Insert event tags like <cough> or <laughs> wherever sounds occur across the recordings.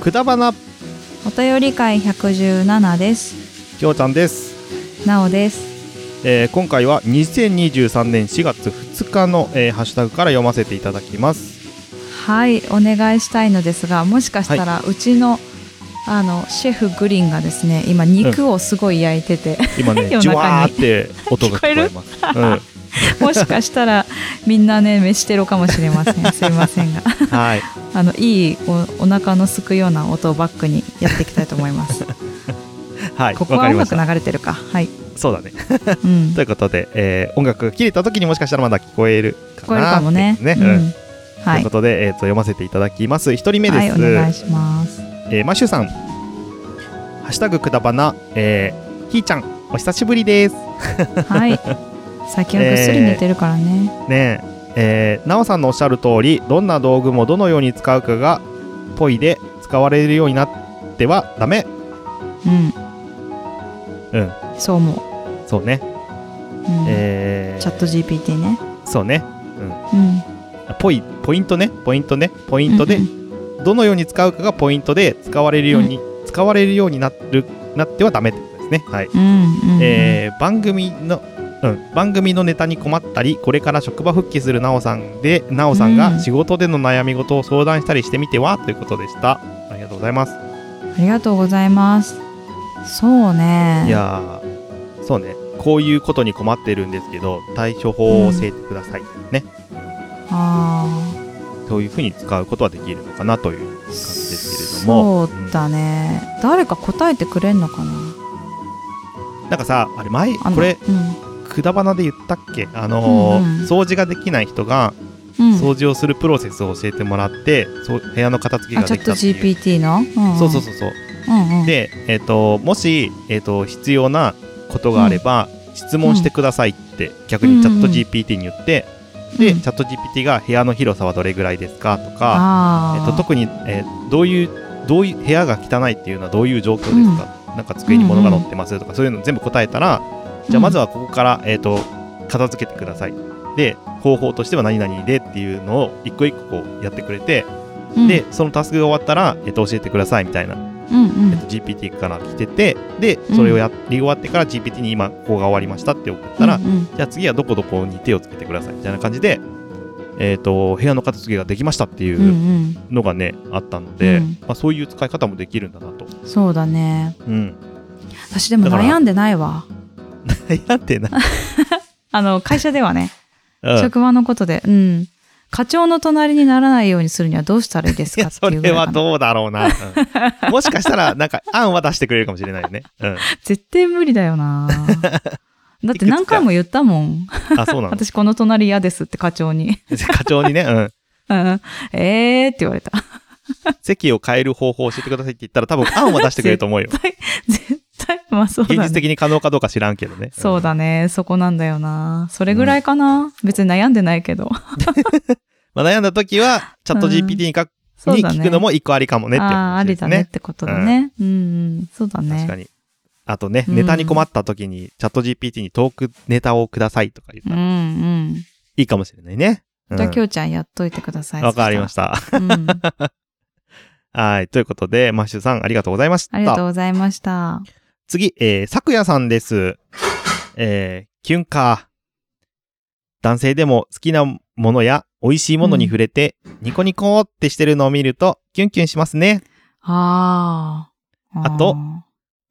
くだばなお便り会117ですきょうちゃんです、なおですえー今回は2023年4月2日の、えーハッシュタグから読ませていただきますはいお願いしたいのですがもしかしたらうちの、あのシェフグリンがですね今肉をすごい焼いてて、今ね夜中にジュワーって音が聞こえます <laughs> もしかしたらみんなね飯テロかもしれませ <laughs> んすいませんがうん、はいあのいいおお腹のすくような音をバックにやっていきたいと思いますはいここわかはり音まし楽た流れてるかはい、そうだねうん、ということで、えー音楽が切れた時にもしかしたらまだ聞こえる聞こかえるなかもねっていうううんん、はというこいとで、えー、と読ませていただきます一人目ではいす、お願いしますえーマッシュさんハッシュタグくだばな、えー、ひーちゃんお久しぶりです <laughs> はい。最近はぐっすり寝てるからね。ねええー、なおさんのおっしゃる通りどんな道具もどのように使うかがポイで使われるようになってはダメうん。うん。そう思そうね、う。うんえー、チャット GPT ね。そうねうん。ポイポイントねポイントねポイントで、うんうんどのように使うかがポイントで使われるように、使われるようになるなってはダメってことですねはい、うんうんうん。えー番組のうん、番組のネタに困ったりこれから職場復帰するなおさんでなおさんうがん仕事での悩み事を相談したりしてみてはということでしたありがとうございますありがとうございます。そうね。いやーそうねこういうことに困ってるんですけど対処法を教えてください、ねあそういうふうに使うことはできるのかなというあ。感じですけれどもそうだね。誰か答えてくれんのかな。なんかさあれ前あのこれ。うんくだばなで言ったっけあのーうんうん掃除ができない人がうん。掃除をするプロセスを教えてもらって、そう部屋の片付けあ、がチできャットたっていう GPT の。うんそうそうそうそううんうん。で、えっともし、えっと必要なことがあれば、質問してくださいって逆にチャット GPT に言って、で、うんチャット GPT が部屋の広さはどれぐらいですかとか、あえあ。っと特に、えーどういうどういう部屋が汚いっていうのはどういう状況ですか、なんか机に物が載ってますとか、そういうの全部答えたら、じゃあまずはここから、えっと片付けてくださいで方法としては何々でっていうのを一個一個こうやってくれて、うん、でそのタスクが終わったら、えっと教えてくださいみたいな、うんうえっん。と GPT から来ててでそれをやり終わってから GPT に今ここが終わりましたって送ったら、うんうんじゃあ次はどこどこに手をつけてくださいみたいな感じで、えー、と部屋の片付けができましたっていうんう。うんのがね、あったので、うんまあ、そういう使い方もできるんだなと。そうだね。うん、 <laughs> 私でもだから悩んでないわ。やってな、あの、会社ではね。うん、職場のことで、うん。課長の隣にならないようにするにはどうしたらいいですいかやってそいうぐれらいはかな。どうだろうな、うん <laughs> もしかしたらなんか案は出してくれるかもしれないよね、う絶対無理だよ <laughs> なだって何回も言ったもん。ん、あそうなの私この隣嫌ですって課長に。 <laughs> 課長にね、うん、うんえーって言われた。 <laughs> 席を変える方法を教えてくださいって言ったら多分案は出してくれると思う <laughs> よ絶対、まあそう現だ実ね。的に可能かどうか知らんけどね。そううんだね。そこなんだよなそれぐらいかな、別に悩んでないけど。まあ、悩んだ時は、チャット GPT にか、そうにだね。聞くのも一個ありかもねっていうああー、あ話りですだね。ねってことだね。うん、うん、そうだね。確かに。あとね、うんネタに困った時に、チャット GPT にトークネタをくださいとか言ったうら、いんうん。いかもしれないね。うんじゃあ、きょうちゃんやっといてください。わかりました。た。うん。はい。ということで、マッシュさん、ありがとうございましありがとうた。ございました。次、えー、さくやさんです。えー、キュンか。男性でも好きなものや美味しいものに触れて、ニコニコってしてるのを見ると、キュンキュンしますね。ああ。あとうん、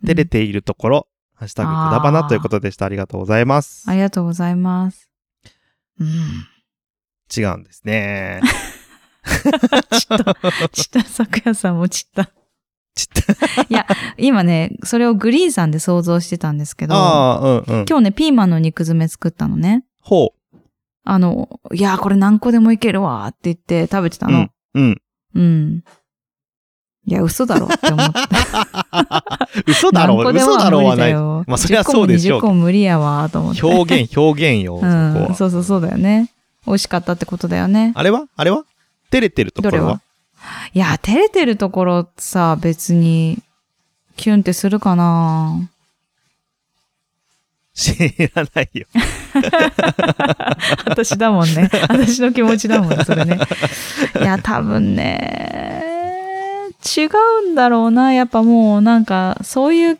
照れているところ、ハッシュタグくだばなということでした。ありがとうございますあ。りがとうございます。うん。 <laughs> 違うんですね。ちった、ちった、咲夜さんもちった。ちった。今ね、それをグリーンさんで想像してたんですけど、ああ、うんうん。今日ね、ピーマンの肉詰め作ったのね。ほあの、いやーこれ何個でもいけるわーって言って食べてたう。うのん。。うん。うん。いや、嘘だろっ <laughs> て思って。嘘だろ何個う、でも嘘だろうは無理だない。よ。まあそりゃそうでしょう10個も20個も無理やわーと思って。表現、表現よ、そこうん。は。そうそうそうだよね。美味しかったってことだよね。あれはあれは照れてるとこどれろははいや、照れてるところさ、別に、キュンってするかな知らない <laughs> よ。私だもん <laughs> ね。私の気持ちだもん、それね。いや、多分ね、違うんだろうな。やっぱもうなんか、そういう、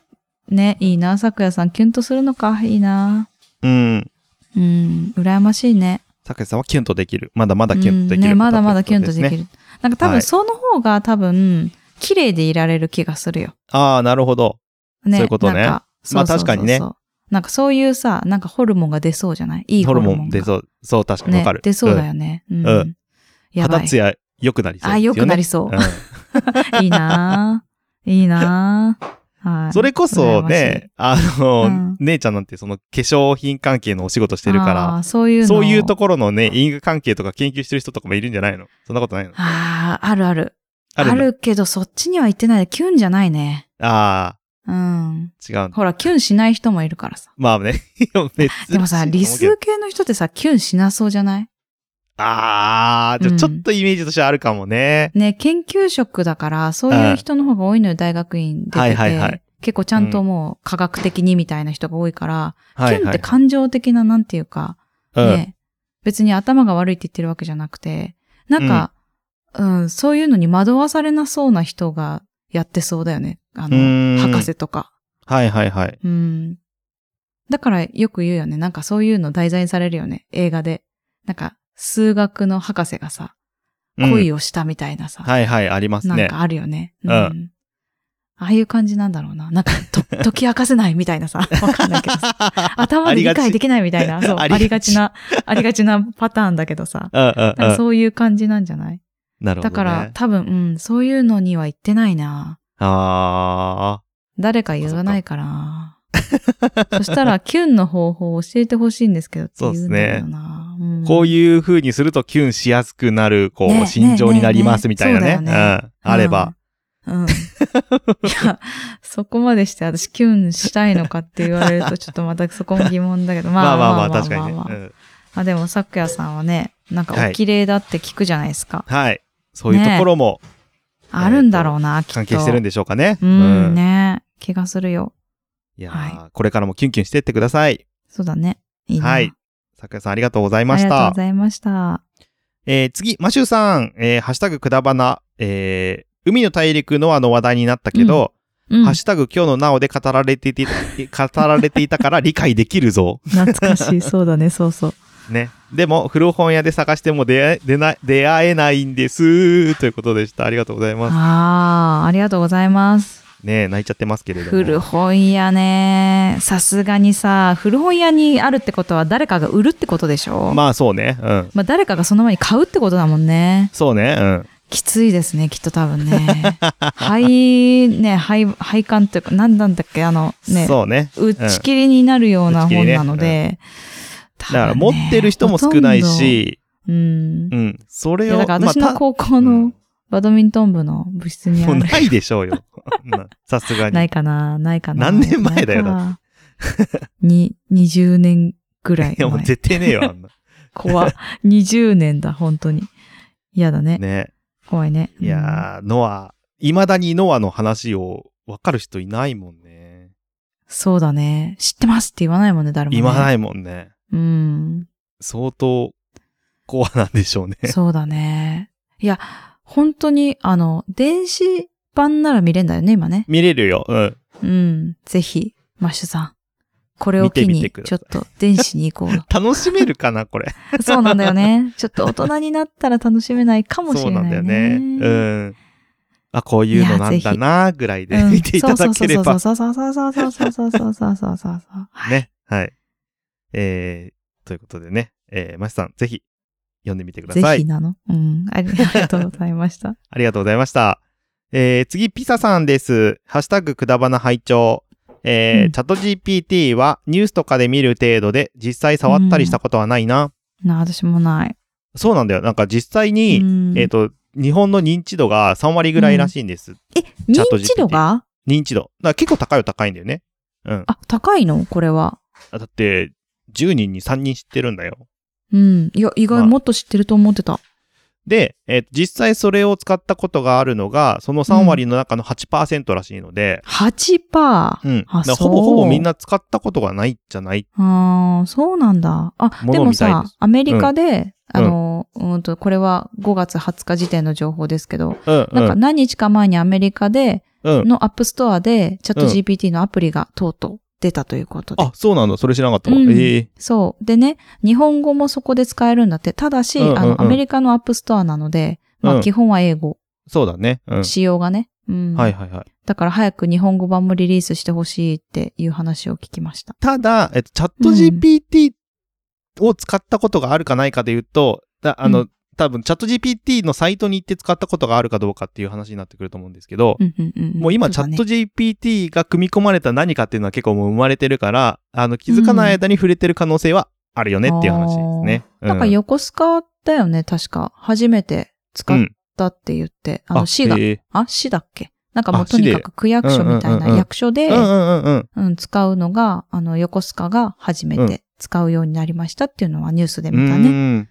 ね、いいな。咲夜さん、キュンとするのか。いいな。うん。うん、羨ましいね。たけしさんはキュンとできる。まだまだキュンとでうんきる、ね、まだまだキュンとできる。る。なんか多は分、いその方が多分、綺麗でいられる気がするよ。ああ、なるほど。ね。そういうことねなんかまあそうそうそうそう確かにね。なんかそういうさ、なんかホルモンが出そうじゃないいいホホルルモモンン出が。そう。そう、確かにわねかる。、出そうだん。よね。うん。うんやば肌い。ツヤ良くなりそうあ、ですよ良ね。くなりそう。うん <laughs> いいなぁ。いいなぁ。 <laughs> はい。それこそ羨ましいね、あの、うん姉ちゃんなんてその化粧品関係のお仕事してるあかーそういうら、の。そういうところのね、因果関係とか研究してる人とかもいるんじゃないのそんなことないのああ、あるある。ああるるんだけど、そっちには行ってない。キュンじゃないね。あうん。あ、違うんだ。ほら、キュンしない人もいるからさ。まあね。 <laughs> いや別にでもさ、理数系の人ってさ、キュンしなそうじゃないああ、でもちょっとイメージとしてはあるかもね。ね、研究職だから、そういう人の方が多いのよ、大学院出てて。はいはいはい結構ちゃんともう科学的にみたいな人が多いから、はいはい。キュンって感情的な、なんていうか、うん。ね、別に頭が悪いって言ってるわけじゃなくて、なんか、うん、そういうのに惑わされなそうな人がやってそうだよね。あうの、ーん博士とか。はいはいはい。うん。だからよく言うよね。なんかそういうの題材にされるよね。映画で。なんか、数学の博士がさ、うん恋をしたみたいなさ、はいはい、ありますなんね。かあるよね。うんああいう感じなんだろうな。なんか、と、 <laughs> 解き明かせないみたいなさ。わかんないけどさ。頭あでり理がち解できないみたい <laughs> な。そう、あありがちりがちな、ありがちなパターンだけどさ。うんうんなんかうん。そういう感じなんじゃない、なるほどね。だから、多分、うん、そういうのには行ってないな。あ誰か言わないから <laughs> な。そしたら、キュンの方法を教えてほしいんですけどって言うんだよな。あ、こういいう風にするとキュンしやすくなる、こう、ね心情になりますみたいなね。ねうねねそうだよん。あれば。。うん。うんいや、そこまでして私、キュンしたいのかって言われると、ちょっとまたそこも疑問だけど、<laughs> ままああままあまあまああ、まあ確かにね。うんあ、でも、さくやさんはね、なんかはおい綺麗だって聞くじゃないですか。はい。そういうところもあるんだろうな、きっと。関係してるんでしょうかね。うん、。ね気がするよ。いやはーこれからもキュンキュンしてってください。そうだね。いいなはい。桜井さんありがとうございまあしりがとうたご。ざいました。えー次、マシューさん、えーハッシュタグくだばな、えー海の大陸ノアの話題になったけど、 <laughs> うんハッシュタグ今日のなおで語られていて、 <laughs> 語られていたから理解できるぞ。懐かしい。そうだね、そうそう。ね。でも、古本屋で探しても出会え出な出会えないんです。ということでした。ありがとうございます。ああ、ありがとうございます。ね泣いちゃってますけれども。古本屋ね。さすがにさ、古本屋にあるってことは誰かが売るってことでしょままあ、そうね。うん。あ誰かがその前に買うってことだもんね。そうね。うん。きついですね、きっと多 <laughs> 分ね。はい、ね、配、配管というか、なんなんだっけ、あの、ね、そうね。打ち切りになるような打ち切り本ねなので。だだから持ってる人も少ない。し、うん。うん。それいを、やだから私まのあた高校うのんバドミントン部の部室にもあうる。ないでしょうよ。 <laughs> うんさすがに。ないかなないかな何年前だよないかなに、20年ぐらいいや、もう前。絶対ねえよ、あ <laughs> んな。怖っ。20年だ、本当に。嫌だね。ね。怖いね。いやー、ノア、未だにノアの話を分かる人いないもんね。そうだね。知ってますって言わないもんね、誰も、ね。。言わないいもんね。 <laughs> うん。相当、コアなんでしょうね。そうだね。いや、本当に、あの、電子版なら見れんだよね、今ね。見れるよ。うん。うん。ぜひ、マッシュさん。これを機見てみてに、くだちさいょっと電子に行こうよ。楽しめるかな、こ <laughs> れ。そうなんだよね。ちょっと大人になったら楽しめないかもしそれうななんい、ね。だよね。うん。あ、こういうのなんだな、ぐらいでうん見ていただければ。そうそうそうそうそうそうそうそうそうそうそうそう。ね。はい。えー、ということでね、えー、マシさん、ぜひ、読んでみてくだぜさいひ。なのうん。ありありがとうございました。ありがとうございました。えー、次、ピサさんです。ハッシュタグくだばな拝聴。えーうんチャット GPT はニュースとかで見る程度で実際触ったりしたことはないな。な、私もない。そうなんだよ。なんか実際に、うんえっ、と、日本の認知度が3割ぐらいらしいんです。え、チャット認知度が認知度。だから結構高いは高いんだよね。うん。あ、高いのこれは。だって、10人に3人知ってるんだよ。うん。いや、意外まあもっと知ってると思ってた。で、えー実際それを使ったことがあるのが、その3割の中の8%らしいので、 8%。うん。だからそうほぼほぼみんな使ったことがないんじゃないああ、そうなんだ。あ、もでのもみたいさです、アメリカで、うんあの、うんと、これは5月20日時点の情報ですけど、うんうなんかん何日か前にアメリカで、うんのアップストアで、チャット GPT のアプリがとうとう出たということで。あそうなんだそれ知らなかったわ、うんええそう。でね、日本語もそこで使えるんだって。ただし、うんうんうんあの、アメリカのアップストアなので、うまあ、ん基本は英語、そうだねうん仕様がね。うん。はいはいはいだから早く日本語版もリリースしてほしいっていう話を聞きました。ただ、えっと、チャット GPT を使ったことがあるかないかで言うと、だあの、う多分チャット GPT のサイトに行って使ったことがあるかどうかっていう話になってくると思うんですけど、うんうんうんん。もう今、チそャだッねト GPT が組み込まれた何かっていうのは結構もう生まれてるから、あの、気づかない間に触れてる可能性はあるよねっていう話ですね。うなんか横須賀だよね、確か。初めて使ったって言って。あの、市がへ、えあ、市だっけなんかもあうとにかく区役所みたいうんうんなうんうん役所で、うんうんうんうん。うん、使うのが、あの、横須賀が初めて使うようになりましたっていうのはニュースでう見たね。ん。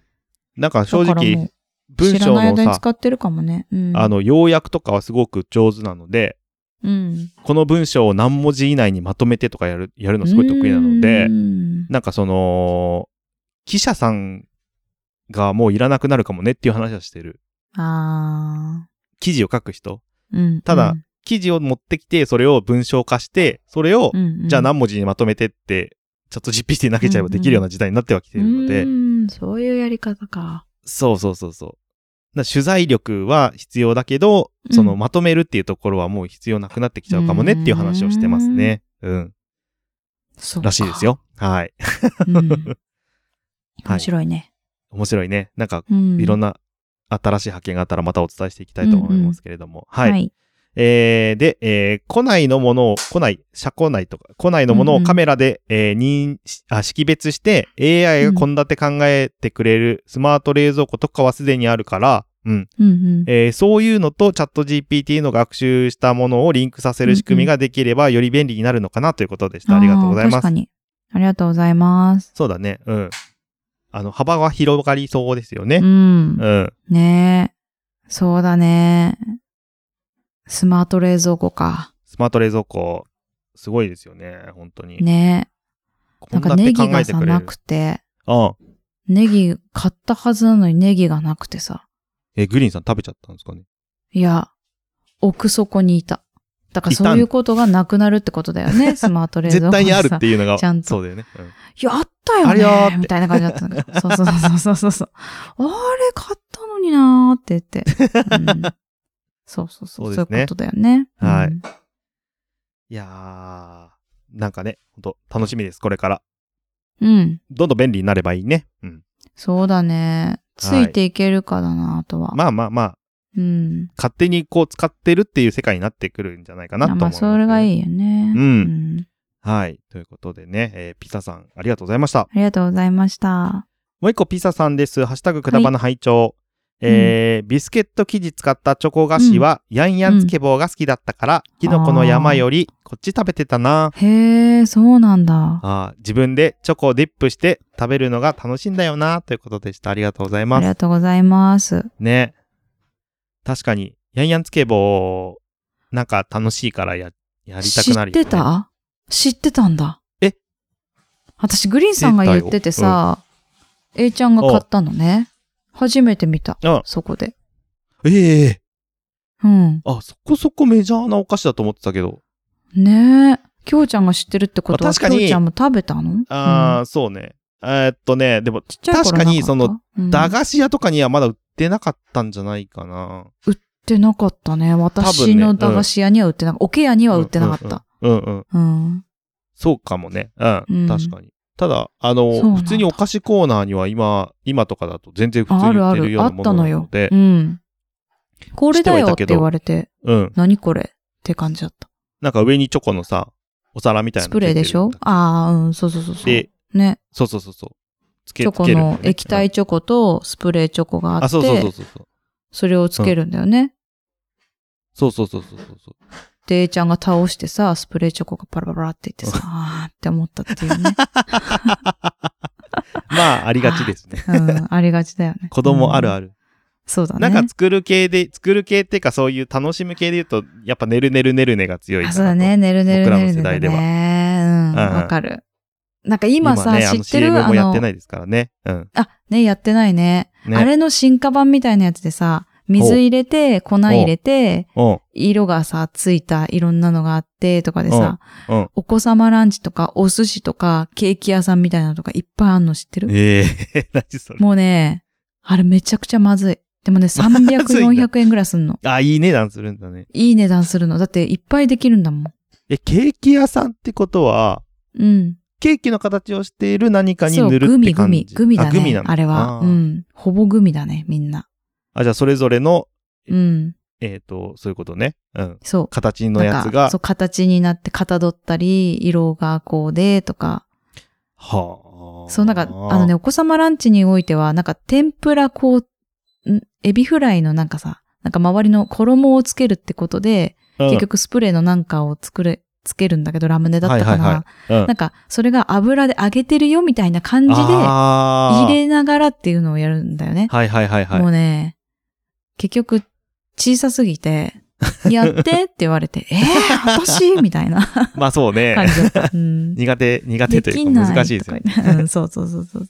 なんか正だからも直う、文知ら章ないの間にさ、使ってるかもね。うん。あ、の、要約とかはすごく上手なので、うん。この文章を何文字以内にまとめてとかやる、やるのすごい得意なのでう、んなんかその、記者さんがもういらなくなるかもねっていう話はしてる。あ記事を書く人。ーうん。ただ、記事を持ってきて、それを文章化して、それをう、ん、じゃあな何文字にまとめてって、チャット GPT 投げちゃえばできるような時代になってはきてるので、うん、そういうやり方か。そうそうそうそう。だから取材力は必要だけど、そうのんまとめるっていうところはもう必要なくなってきちゃうかもねっていう話をしてますね。うん。そうからしいです。よ。 <laughs> はい。うん、面白いね。面白いね。なんか、うん。いろんな、な新しい発見があったらまたお伝えしていきたいと思いますけれども。はい。はい。えー、で、えー、庫内のものを、庫内、車庫内とか、庫内のものうをんうんカメラで、えー認しあ、識別して、AI が献立考えてくれるスマート冷蔵庫とかはすでにあるから、うん。うんうん。えーそういうのとチャット GPT の学習したものをリンクさせる仕組みができればより便利になるのかなということでした。ありがとうございあまー確かす。に。ありがとうございます。そうだね。うん。あの、幅が広がりそうですよねう。んう。ん。ねえ。そうだね。スマート冷蔵庫か。スマート冷蔵庫、すごいですよね。本当に。ねえ。こなんんだかけネギ考えがてさ、くれなる。くて。ああ。ネギ買ったはずなのにネギがなくてさ。え、グリーンさん食べちゃったんですかね。いや、奥底にいた。だからそういうことがなくなるってことだよね、スマート冷蔵庫絶にさ。対にあるっていうのが、 <laughs> ちゃんとそうだよね。うんやったよねあれよーってみたいな感じだったんだけど。そうそうそうそうそうそう。あれ買ったのになーって言って。 <laughs> うんそうそうそう。そうそうでいすねうことだよね。はいうんいやー、なんかね、ほんと楽しみです。これから。うん。どんどん便利になればいいね。うん。そうだね。つはいいていけるかだな、あとは。まあまあまあ、うん。勝手にこう使ってるっていう世界になってくるんじゃないかなとあ思いまあ、ますけどね、それがいいよね。うんうん。はい。ということでね、えーピサさん、ありがとうございました。ありがとうございました。もう一個ピサさんです。ハッシュタグくだばな拝聴。えービスケット生地使ったチョコ菓子は、ヤンヤンつけ棒が好きだったから、キノコの山より、こっち食べてたな。へえ、そうなんだ。ああー自分でチョコをディップして食べるのが楽しいんだよな、ということでした。ありがとうございまりす。がとうございます。ね。確かに、ヤンヤンつけ棒、なんか楽しいからや、やりたく知なっるよねてた知ってたんだ。え私、グリーンさんが言っててさ、A ちゃんが買ったのね。初めて見たうん。そこで。ええうん。あ、そこそこメジャーなお菓子だと思ってたけど。ねえ。きょうちゃんが知ってるってことまは、あき確かにょうちゃんも食べたのああ、うんそうね。えーっとね、でも、ちっちゃい頃確かになったその、うん駄菓子屋とかにはまだ売ってなかったんじゃないかな。売ってなかったね。私の駄菓子屋には売ってなかった。おけ屋には売ってなかった。うんうん。うん。そうかもね。うん、うん確かに。ただ、あそうなんの、だ普通にお菓子コーナーには今、今とかだと全然普ああ通にる売っあてるる。ようなあっもたののなよの。でう、ん。これだよって言われて、うん。何これって感じだった。なんか上にチョコのさ、お皿みたいなスのつプいてレるーんだでしょああ、うん、そうそうそうそうで。ね。そうそうそうそう。つけチョコつけるんだよのね液体チョコとスプレーチョコがうんああ、っそうそうそうて、そうそう。それをつけるんだよね。そうそうそうそうそうそう。で、A ちゃんが倒してさ、スプレーチョコがパラパラパラっ <laughs> て言ってさ、あーって思ったっていうね。まあ、ありがちですね。 <laughs> うん、ありがちだよね。子供あるある。る。そうだね。なんか作る系で、作る系っていうかそういう楽しむ系で言うと、やっぱねるねるねるねが強いかあ、なそうだね。。寝る寝る僕ら寝のる世寝代るではね。うん。うんうんわかる。なんか今さ、ね、あの知ってる CM もやってあないですからね。うん。のあ、ね、やってないねねあれの進化版みたいなやつでさ、水入れて、粉入れて、うん。色がさ、ついたいろんなのがあってとかでさ、うん。お子様ランチとか、お寿司とか、ケーキ屋さんみたいなのとかいっぱいあんの知ってるええ <laughs> 何それ。もうね、あれめちゃくちゃまずい。<laughs> でもね、300、ずいんだ400円ぐらいすんの。あ、いい値段するんだね。いい値段するの。だっていっぱいできるんだもん。え、ケーキ屋さんってことは、うん。ケーキの形をしている何かにそう、塗るグってミグ感ミじ。。グミだあ、グミね。なあんだれは。あーうん。ほぼグミだね、みんな。あ、じゃあそれぞれの、うん。えっ、と、そういうことね。うん。そう。形のやつなんかがそ、う、形になってかたどったり、色がこうで、とか。はあ。そう、なんか、あのね、お子様ランチにおいては、なんか天ぷらこう、んエビフライのなんかさ、なんか周りの衣をつけるってことで、うん、結局スプレーのなんかを作る、つけるんだけど、ラムネだったはかいはいはな。うん、なんか、それが油で揚げてるよみたいな感じで、あー入れながらっていうのをやるんだよね。はいはいはいはい。もうね、結局、小さすぎ <laughs> て、やってって言われて、えー、私みた <laughs> いなまあそうね。感じだった。うん、苦手、苦手とでいきうなかい。難しいですよね。とか言ってうん、そうそうそうそう。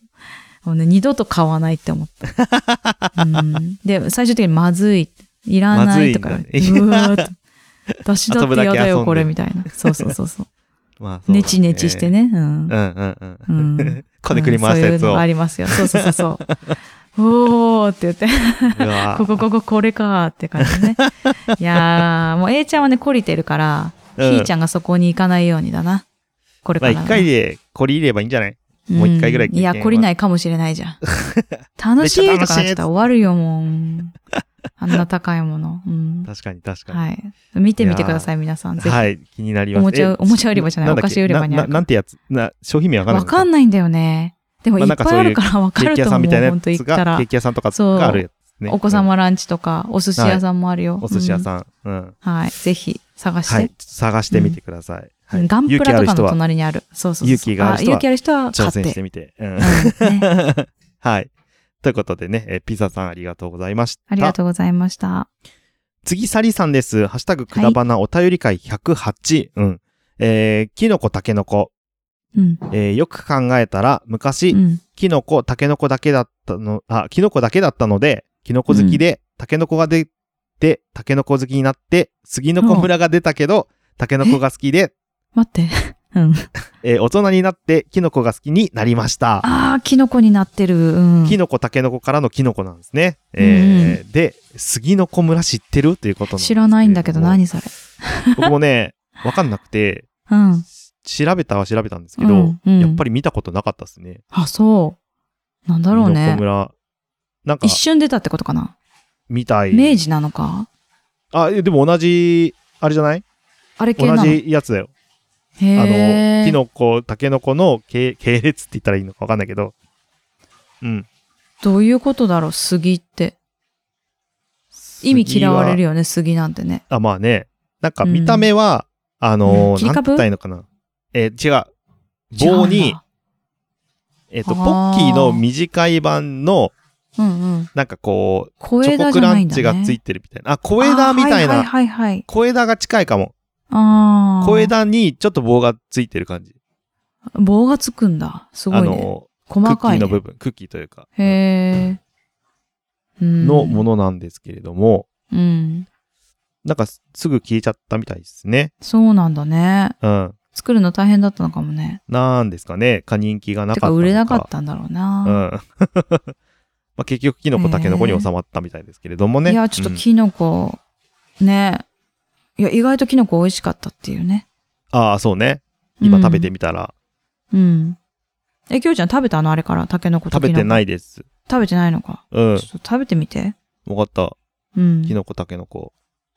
もうね、二度と買わないって <laughs> 思った。うん、で、最終的にまずい。いらないとか言われて。まずいうんだねわーっと私だって嫌だよ、これ、みたいな。そうそうそうそう。ま <laughs> あそうだネチネチして。ね。うう。んんうんうん。うん。 <laughs> こねくり回したやつうんそういうのを。がありますよ。そうそうそう <laughs> そう。おーって言って。うわここ、ここ、これかーって感 <laughs> じね。いやー、もう A ちゃんはね、懲りてるから、うんひーちゃんがそこに行かないようにだな。これかまあら。一回でこり入ればいいんじゃないもう一回ぐらいうんいや、経験は懲りないかもし <laughs> れないじゃん。楽しいとかなっちゃったら終わるよ、もう。あんな高いもの。うん、確かに確かに。はい。見てみてください、皆さん。ぜひ。はい、気になります。おもちゃえおもちゃ売り場じゃないんだっけお菓子売り場にあるなななんてやつな、商品名わかんないわかんないんだよね。でも、まいあっなんかぱいあるからわかケーるキと屋さ思う。んみたいなや本当つ行ったが、らケー、キ屋さんとかそうがあるやつね。お子様ランチとか、お寿司屋さんもあるよ。うん。お寿司屋ん。さん。うん。はい。ぜひ、探して。はい、探してみてください。はうんいガンプ勇気ラあとるか人のは隣にある。そうそうそう。勇気がある人は勇気ある人は買挑っ戦してて。みて。 <laughs> うんう <laughs> んねはい。ということでね、えーピザさんありがとうございました。ありがとうございました。次、サリさんです。ハッシュタグくだばなお便り会108。うん。えー、キノコタケノコ。うん。えー、よく考えたら、昔、うん。キノコタケノコだけだったの、あ、キノコだけだったので、キノコ好きで、タケノコが出て、タケノコ好きになって、杉の子村が出たけど、タケノコが好きで、待って。うん。えー大人になって、キノコが好きになりました。ああ、キノコになってる。うん。キノコタケノコからのキノコなんですね。えーで、杉の子村知ってるということなんです知らないんだけど、も何それ。僕もね、わかんなくて、うん。調べたは調べたんですけど、うんうんやっぱり見たことなかったですね。あ、そう。なんだろうキノコね。村。なんか一、瞬出たってことかな。みたい。明治なのかあ、えでも同じ、あれじゃないあれ系同なの。じやつだよ。あへの、ーキノコ、タケノコの系系列って言ったらいいのかわかんないけど。うん。どういうことだろう、杉って。意味嫌われるよ。よね、杉なんてね。あ、まあね。なんかうん見た目は、あのうん切ー、りなん株て言ったらいいのかな。えー違う。棒違うにな、。えっ、と、ポあーッキーの短い版の、うんうん。なんかこう、小チョ枝コじクゃラないんンだチね。がついてるみたいな。あ、小枝みたいあーな。はいはいはいはい。小枝が近いかも。ああ。小。枝にちょっと棒がついてる感じ。棒がつくんだ。すごあいね。の、ク細ッキかーいね。の部分、クッキーというか、へえ。のもの。のなんですけれども、うん。なんかすぐ消えちゃったみたいですね。そうなんだね。うん。作るの大変だったのかもね。なんですかね。か人気がなかてったかのか。売れなかったんだろううん。 <laughs> な。まあ結局、キノコ、タケノコに収まったみたいですけれどもね。いや、ちょっうとんキノコ、ね。いや、意外とキノコ美味しかったっていうね。ああ、そうね。今食べてみみたら、うん。え、きょうちゃん食べたのあれから、タケノコと。食べてないいです。食べてないのか。うん。ちょっと食べてみて。分かった。うんキ。ノコ、タケノコ。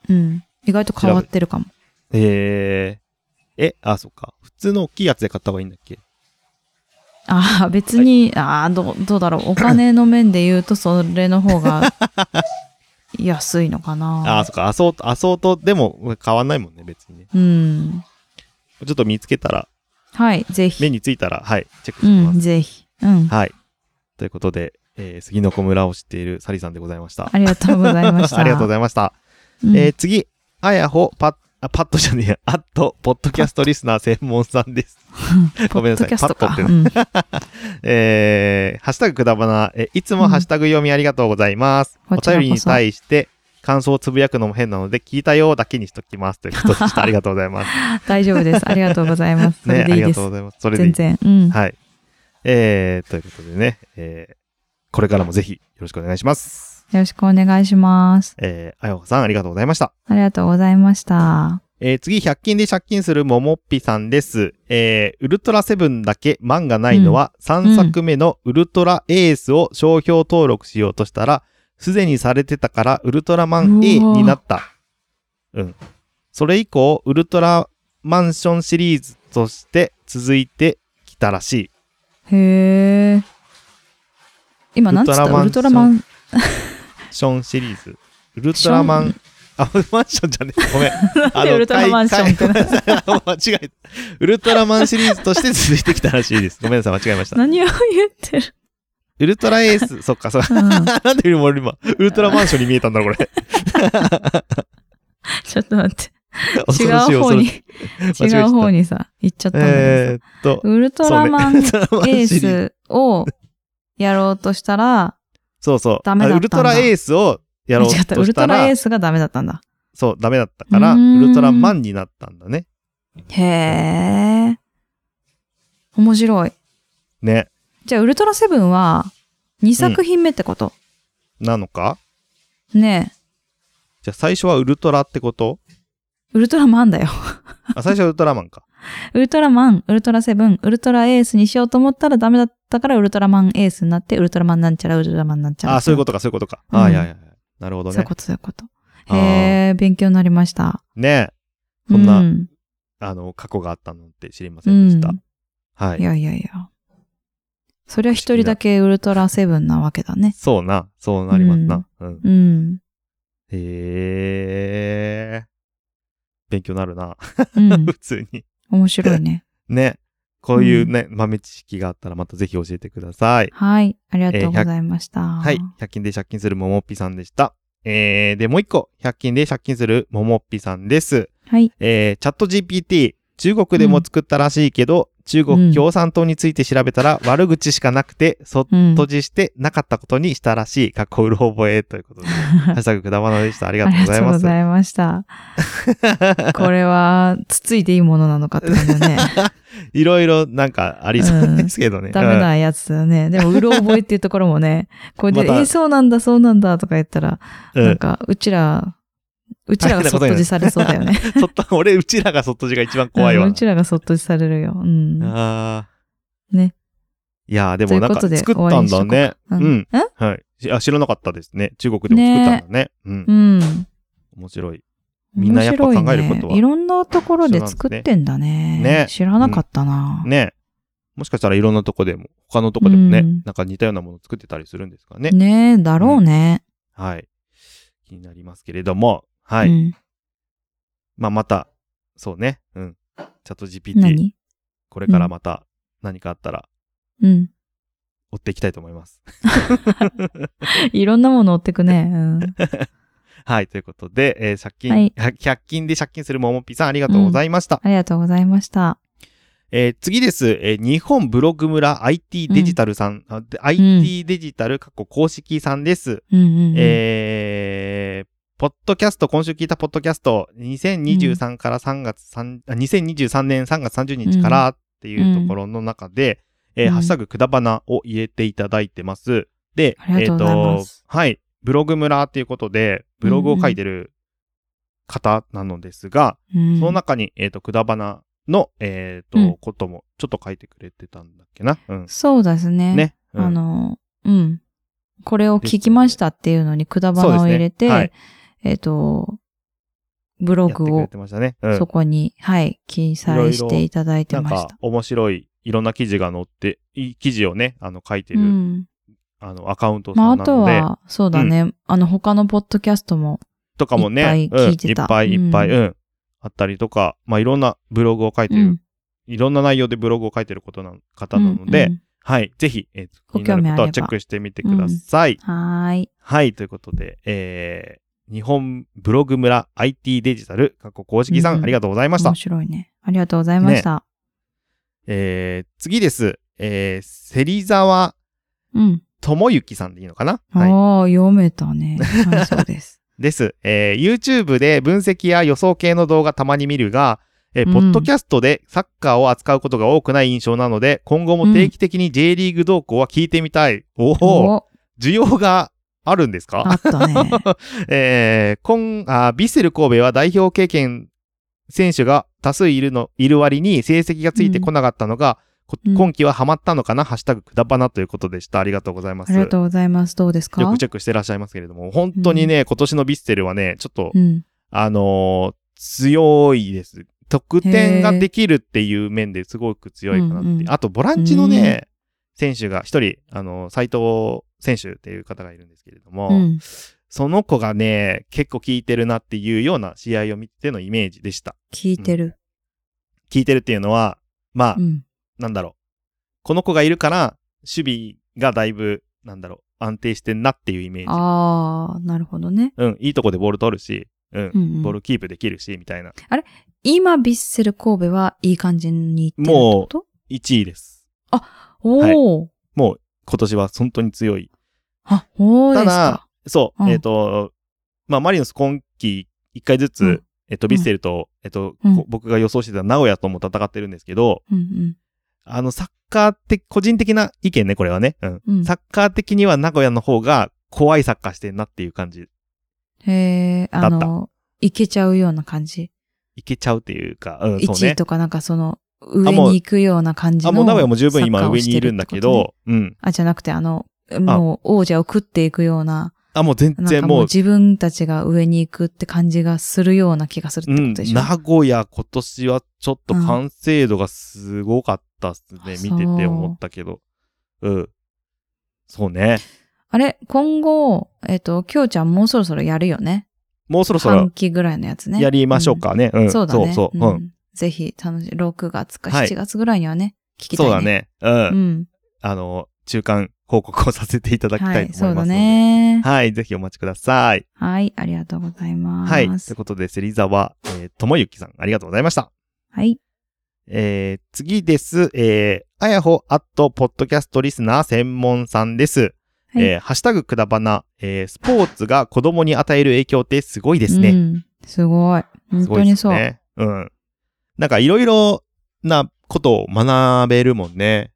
うん。意外と変わってるかも。えー、え、あ、そっか。普通の大きいやつで買った方がいいんだっけああ、別に、ああ、どう、どうだろう。お金の面で言うと、それの方が <laughs> 安いのかあな。あ、そっか、アソート、アソートでも変わんないもんね、別にね。うん。ちょっと見つけたら、はい、ぜひ。目についたら、はい、チェックうします。ん、ぜひ。うん。はい。ということで、えー、杉の子村を知っているサリさんでございました。 <laughs> ありがとうございました。ありがとうございました。うんえー、次、あやほ、パ、あ、パッドじゃねえや。 <laughs> あっと、ポッドキャストリスナー専門さんです。ごめんなさいポッドキャストかパッとっうてん <laughs> えー、ハッシュタグくだばな、え、いつもハッシュタグ読みありがとうございます。うんおこちらこそ便りに対して、感想をつぶやくのも変なので、聞いたよだけにしときます。ということで <laughs> した。ありがとうございます。大丈夫です。ありがとうございます。そね、れあでいりいがでとうす。ございます。それでいい全然。うん。はい。えー、ということでね、えー、これからもぜひよろしくお願いします。よろしくお願いします。えー、あやほさんありがとうございました。ありがとうございました。えー、次、100均で借金するももっぴさんです。えー、ウルトラセブンだけ漫がないのは、3作目のウルトラエースを商標登録しようとしたら、すでにされてたからウルトラマン A うわーになった。うん。それ以降、ウルトラマンションシリーズとして続いてきたらしい。へえ。今なんつったウウルルトトララママン。ションシリーズ。ウルトラマシン、あ、マンションじゃね <laughs> え。ごめん。あでウルトラマンションってなンって。間違えた。ウルトラマンシリーズとして続いてきたらしいです。ごめんなさい、間違えました。何を言ってる。ウルトラエース、<laughs> そっか、そっか。 <laughs> うん、なんで俺今、ウルトラマンションに見えたんだろう、こ <laughs> れ。ちょっと待って。恐違ろしい、う恐方ろにしい。、違う方にさ、行っちゃったんだけえーっと、どウルトラマンそエうねウルトラマンシリーーズスをやろうとしたら、そうそう。ダメだったんだウルトラエースをやろう間と違った。ウルしトたラエらー、スがダメだったんだ。そう、ダメだったから、うーんウルトラマンになったんだね。へえ。面白い。ね。じゃあ、ウルトラセブンは、2作品目ってこと、なのかねえ。じゃあ最初はウルトラってことウルトラマンだよ。あ、最初はウルトラマンか。ウルトラマン、ウルトラセブン、ウルトラエースにしようと思ったらダメだったから、ウルトラマンエースになって、ウルトラマンなんちゃら、ウルトラマンなんちゃら。。あ、そういうこととか、そういうことか。うんはいはいはい。なるほどそういね。うこと、そういうこと。あーへえ、勉強になりました。ねこんなうん、あの、過去があったのって知りませんでしたうん。はいい。やいやいや。そりゃ一人だけウルトラセブンなわけだね。そうな、そうなりますな。うん。うん。へえ。勉強なるな。 <laughs> うん。普通に。面白いね。ね。こういうね、豆知識があったらまたぜひ教えてください。はい。ありがとうございました。はい。100均で借金するももっぴさんでした。えー、で、もう一個。100均で借金するももっぴさんです。はい。えー、チャット GPT、中国でも作ったらしいけど、中うん国共産党について調べたら悪口しかなくて、そっうん。とじしてなかったことにしたらしい、かっこうる覚えという <laughs> ことで、ハッシュタグくだばなでした。ありがあとうりございがとうまごす。ざいました。これは、つついていいものなのかって感 <laughs> じだね。いろいろなんかありそうですけどね。ダメうんなやつだね。でも、うろ覚えっていうところもね、これで、またえー、そうなんだ、そうなんだとか言ったら、うんなんか、うちら、うちらがそっとじされそうだよね。そっと、俺、うちらがそっとじが一番 <laughs> 怖いうわ。んうちらがそっとじされるよ。うん。ああ。ね。いやーでもなんかということで作ったんだね。終わりにしとこううかうん。んはい。しあ、知らなかったですね。中国でも作ったんだね。うんう。ん。面白い。みんなやっぱ考えることは面白いねいろんなところで作ってんだね。ね知らなかったな。ね。もしかしたらいろんなとこでも、他のとこでもね、うんなんか似たようなもの作ってたりするんですかね。ねだろうね。はい。気になりますけれども、はい。うんまあ、また、そうね。うん。チャット GPT、何これからまた何かあったらうん。 <laughs> 追っていきたいと思います。 <laughs> いろんなもの追ってくね。うん。はい。ということで、えー借金、はい100均 <laughs> で借金するももぴさんありがとうございました。ありがとうございました。えー次です、えー日本ブログ村 IT デジタルさん、あで IT デジタル過去公式さんです。うんうんうん。えーポッドキャスト、今週聞いたポッドキャスト、2023から3月3、あ2023年3月30日からっていうところの中で、えーうんハッシュタグくだばなを入れていただいてます。で、ありがとうございますえーとはい、ブログ村っていうことで、ブログを書いてる方なのですが、うんその中に、えっ、と、くだばなの、えっ、と、うんことも、ちょっと書いてくれてたんだっけな。うん。そうですね。ね。うんあ、の、うん。これを聞きましたっていうのに、くだばそうでなすをね入れて、はいえっ、と、ブロやってくグれをてましたね。うん。そこに、はい、記載していただいてなんました。か、面白い、いろんな記事が載って、いい記事をね、あの、書いてうる、ん。あの、アカウントまさあ、んあなとので、は、そうだね、あの、他のポッドキャストも、とかもね、いっぱい聞いてたうん、いっぱいいっぱい、ううん、あったりとか、まあ、いろんなブログを書いてうる、ん。いろんな内容でブログを書いてることな方なので、うんはい、ぜひ、えっ、と、気ごに興な味るあれば方はチェックしてみてください。うんはーい。はい、ということで、え日本ブログ村 IT デジタル、過去公式さ、うんうんんありがとうございました面。白いね。ありがとうございました。えー、次です。えー、芹沢智之さんでいいのかなうん。はい。ああ、読めたね。はい、そうです。です。えー、YouTube で分析や予想系の動画たまに見るが、えーうんポッドキャストでサッカーを扱うことが多くない印象なので、今後も定期的に J リーグ動向は聞いてみたい。お <laughs> おお需要があるんですあかっ <laughs> たね。えー、今、あ、ヴィッセル神戸は代表経験選手が多数いるの、いる割に成績がついてこなかったのが、こうん今季はハマったのかなハッシュタグくだばなということでした。ありがとうございまあす。りがよとうございます。どうですかくチェックしてらっしゃいますけれども、本当にね、今年のヴィッセルはね、ちょっと、うん。あのー強いです。得点ができるっていう面ですごく強いかなって。うんうんあと、ボランチのね、選手が一人、あの斎藤選手っていう方がいるんですけれども、うん。その子がね、結構効いてるなっていうような試合を見てのイメージでした。聞いてる。効いてるっていうのは、まあ、うん。なんだろう。この子がいるから、守備がだいぶ、なんだろう、安定してんなっていうイメージ。ああ、なるほどね。うん、いいとこでボール取るし、うんう、ん、ボーうん。ルキープできるし、みたいな。今、ヴィッセル神戸はいい感じにいってるってこと1位です。おはいお、今年は本当に強い。あ、おーでたすかだ。、そう、うんえっ、と、まあ、マリノス今季一回ずつ、うんえっと、ビッセルと、えっと、うんこ僕が予想してた名古屋とも戦ってるんですけど、うんあの、サッカーって、個人的な意見ね、これはね。うん。うん。うんサッカー的には名古屋の方が怖いサッカーしてんなっていう感じ。へえ、あだの、いけちゃうような感じ。いけちゃうっていうか、うん、そう1位ね。とかなんかその、上あもうに行くような感じの。あ、もう名古屋も十分今サッカーを上しにているんだけど、うん。あ、じゃなくて、あの、もう王者を食っていくような、あ、もう全なん然かもうもう、自分たちが上に行くって感じがするような気がすうるってこん、とでしょ。名古屋今年はちょっとうん完成度がすごかったっすね。見ててそう思ったけど。うん。そうね。あれ今後、えっ、と、きょうちゃんもうそろそろやるよね。もうそろそ半ろ期ぐらいのやつね。やりましょうかね。うん。うん。そうだね。そうそう。うん。ぜひ、楽し、6月かはい7月ぐらいにはね、聞きたい、そね。うだ。ね。うん。うん。あの、中間報告をさせていただきはたいい、と思そいうまだすので。ね。はい。ぜひお待ちください。はい、ありがとうございます。はい。ということで、芹沢、えー、智之さん、ありがとうございました。はい。えー、次です。えー、あやほアットポッドキャストリスナー専門さんです。はいえーハッシュタグくだばな、えースポーツが子供に与える影響ってすごいですうね。ん。すごい。本すご当いでにすそう。ね。うん。なんかいろいろなことを学べるもんね。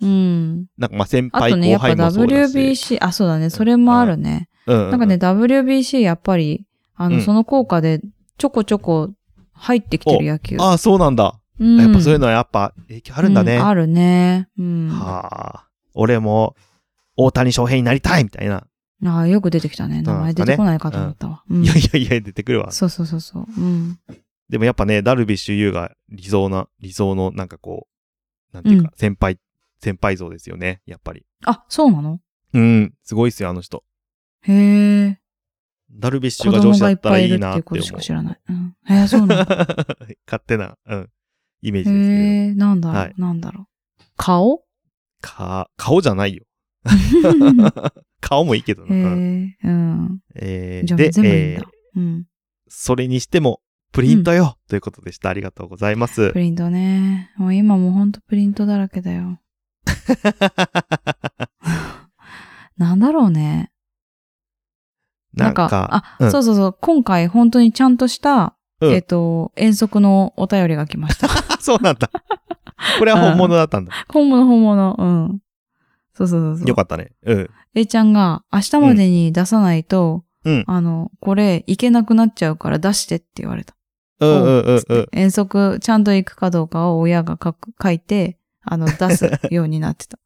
うん。なんかまあ先あ輩とね、や後っぱ輩もそうだし。 WBC、あ、そうだね、それもあるね。うん、なんかね、、WBC やっぱり、あの、うんその効果でちょこちょこ入ってきてる野球。ああ、そうなんだ。うんやっぱそういうのはやっぱ影響あるんだね。うあるね。うん。あはあ。俺も大谷翔平になりたいみたいな。あ、よく出てきたね。名前出てこないかと思ったわ。うんいやいやいや、出てくるわ。そうそうそうそう。うん。でもやっぱね、ダルビッシュ有が理想な、理想のなんかこう、なんていうか、う先輩、先輩像ですよね、やっぱり。あ、そうなのうん、すごいっすよ、あの人。へえ。ダルビッシュ子が上供司だがいっったらぱいいいるっいてなっいてうこ思う。としか知らない。うん。へ <laughs> え、そうなの勝手な、うん、イメージですけど。へえ、なんだろ、はいうなんだろう。顔 <laughs> か、顔じゃないよ。顔もいいけどへな。うんえ、うん。えじーゃあで全、部いいんえだー。うん。それにしても、プリントよ、ということでした。ありがとうございます <laughs> プ。リントね。もう今もうほんとプリントだらけだよ。なんだろうね。ななんんか、か、うあ、んそうそうそう。今回本当にちゃんとした、うんえっと、遠足のお便りが来ま <laughs> した。そうなんだ。これは本物だったんだ。本物本物。うん。そうそうそうそう。よかったね。うん。 A ちゃんが明日までに出さないと、うんあの、これいけなくなっちゃうから出してって言われた。うんうんうんつっうてん。遠足ちゃんと行くかどうかを親が書く、書いて、あの、出すようになってた。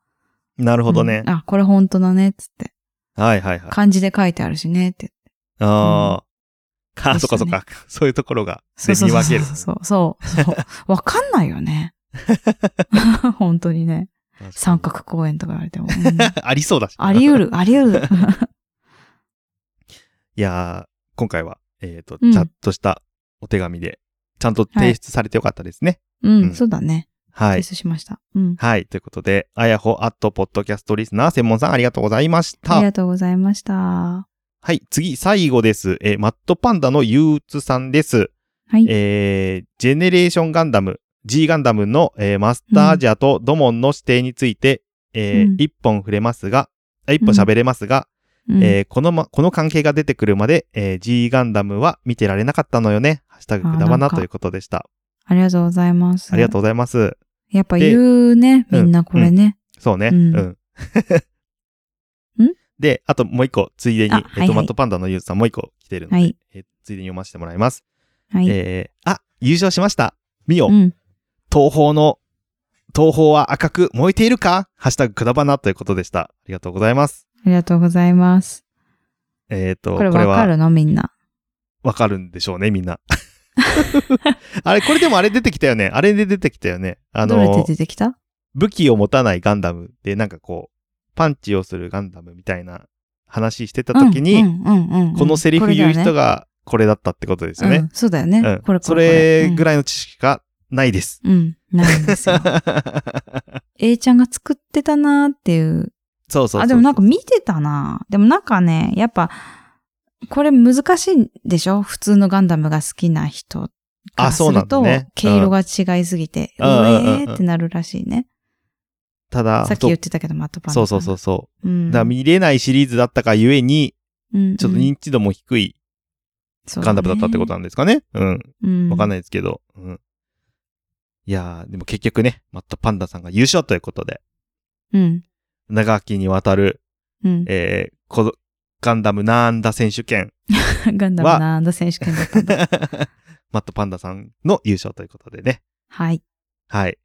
なるほどねうん。あ、これ本当だね、つって。はいはいはい。漢字で書いてあるしね、って。ああ。か、でそっしかたねそっか。そういうところが、そでうそう見そう分けそうる。そうそうそ <laughs> う。わかんないよね。本当にね。三角公園とか言われても。うん <laughs> ありそうだし。あり得る、あり得 <laughs> る。いやー、今回は、えっと、うんちゃんとしたお手紙で、ちゃんと提出されてよかったですね。うん、うんそうだね。は提い。出しました。うん。はい。ということで、あやほ、アット、ポッドキャストリスナー、専門さん、ありがとうございましありた。がとうございました。はい、次、最後です。えーマットパンダの憂鬱さんです。はいえージェネレーションガンダム、G ガンダムの、えーマスターアジアとドモンの指定について、えーうん一本触れますが、あ一本喋れますが、うんえーこのま、この関係が出てくるまで、えー G ガンダムは見てられなかったのよね。ハッシュタグあーくだばななんかということでした。ありがとうございます。ありがとうございます。やっぱで言うね、みんなこれね。そうね。ううんん。ん <laughs> で、あともう一個、ついでに、あはいはえいっと、マットパンダのユーズさんもう一個来てるので、はいえーついでに読ませてもらいます。はい。えー、あ、優勝しました。ミオ、うん。東方の、東方は赤く燃えているかハッシュタグくだばなということでした。ありがとうございます。ありがとうございます。えっ、と、これわかはるのみんな。わかるんでしょうね、みん <laughs> な。あれ、これでもあれ出てきたよね。あれで出てきたよね。あどれでの、出てきた武器を持たないガンダムで、なんかこう、パンチをするガンダムみたいな話してた時に、うんうんうんうんこのセリフ言う人こがこれだったってことですれよだよねね。うんそうだようねん。これそれぐららい。いの知識がないです。 <laughs> うん。うんないんですよ。A ちゃんが作ってたなーっていう。そうそうそう。あ、でもなんか見てたなーでもなんかね、やっぱ、これ難しいんでしょ普通のガンダムが好きな人からあすそうなるんだと、ね毛色が違いすぎて、ううんうえんうんうんーってなるらしいね。ただ、さっき言ってたけど、マットパンダ。そうそうそうそううんう。だから見れないシリーズだったかゆえに、うんちょっと認知度も低いガンダムだったってことなんですかね。うん。わかんい。ないですけど。うん。いやー、でも結局ね、マットパンダさんが優勝ということで、うん。長きにわたる、うん。えー、このガンダムなんだ選手 <laughs> 権、ガンダムなんだ選手権だったんだ。マットパンダさんの優勝ということでね。はい。はい。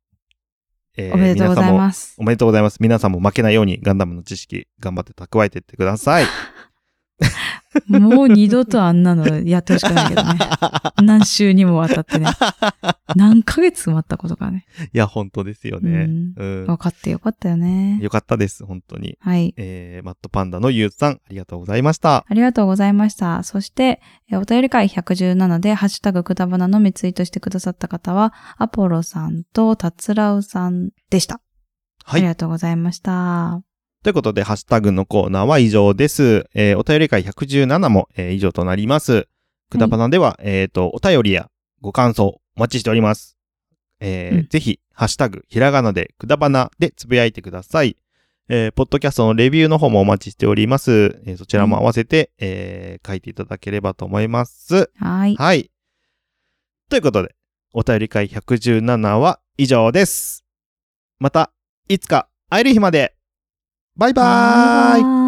えーおめでとうござ皆いさんもます。おめでとうございます。皆さんも負けないようにガンダムの知識頑張って蓄えていってくだ <laughs> さい。もう二度とあんなのやってほしくないけどね。何週にもわたってね。何ヶ月待ったことかね。いや、本当ですよね。うん。分かってよかったよね。よかったです、本当に。はい。えー、マットパンダのゆうさん、ありがとうございました。ありがとうございました。そして、えお便り会117で、ハッシュタグくだばなのみツイートしてくださった方は、アポロさんとたつらうさんでした。はありい。がとうございました。ということで、ハッシュタグのコーナーは以上です。えー、お便り会117も、えー以上となります。くだばなでは、えっ、と、お便りやご感想、お待ちしております。えーうんぜひ、ハッシュタグ、ひらがなで、くだばなでつぶやいてください。えーポッドキャストのレビューの方もお待ちしております。えーそちらも合わせて、えー書いていただければと思います。はい。はい。ということで、お便り会117は以上です。また、いつか会える日まで。バイバーイバイバ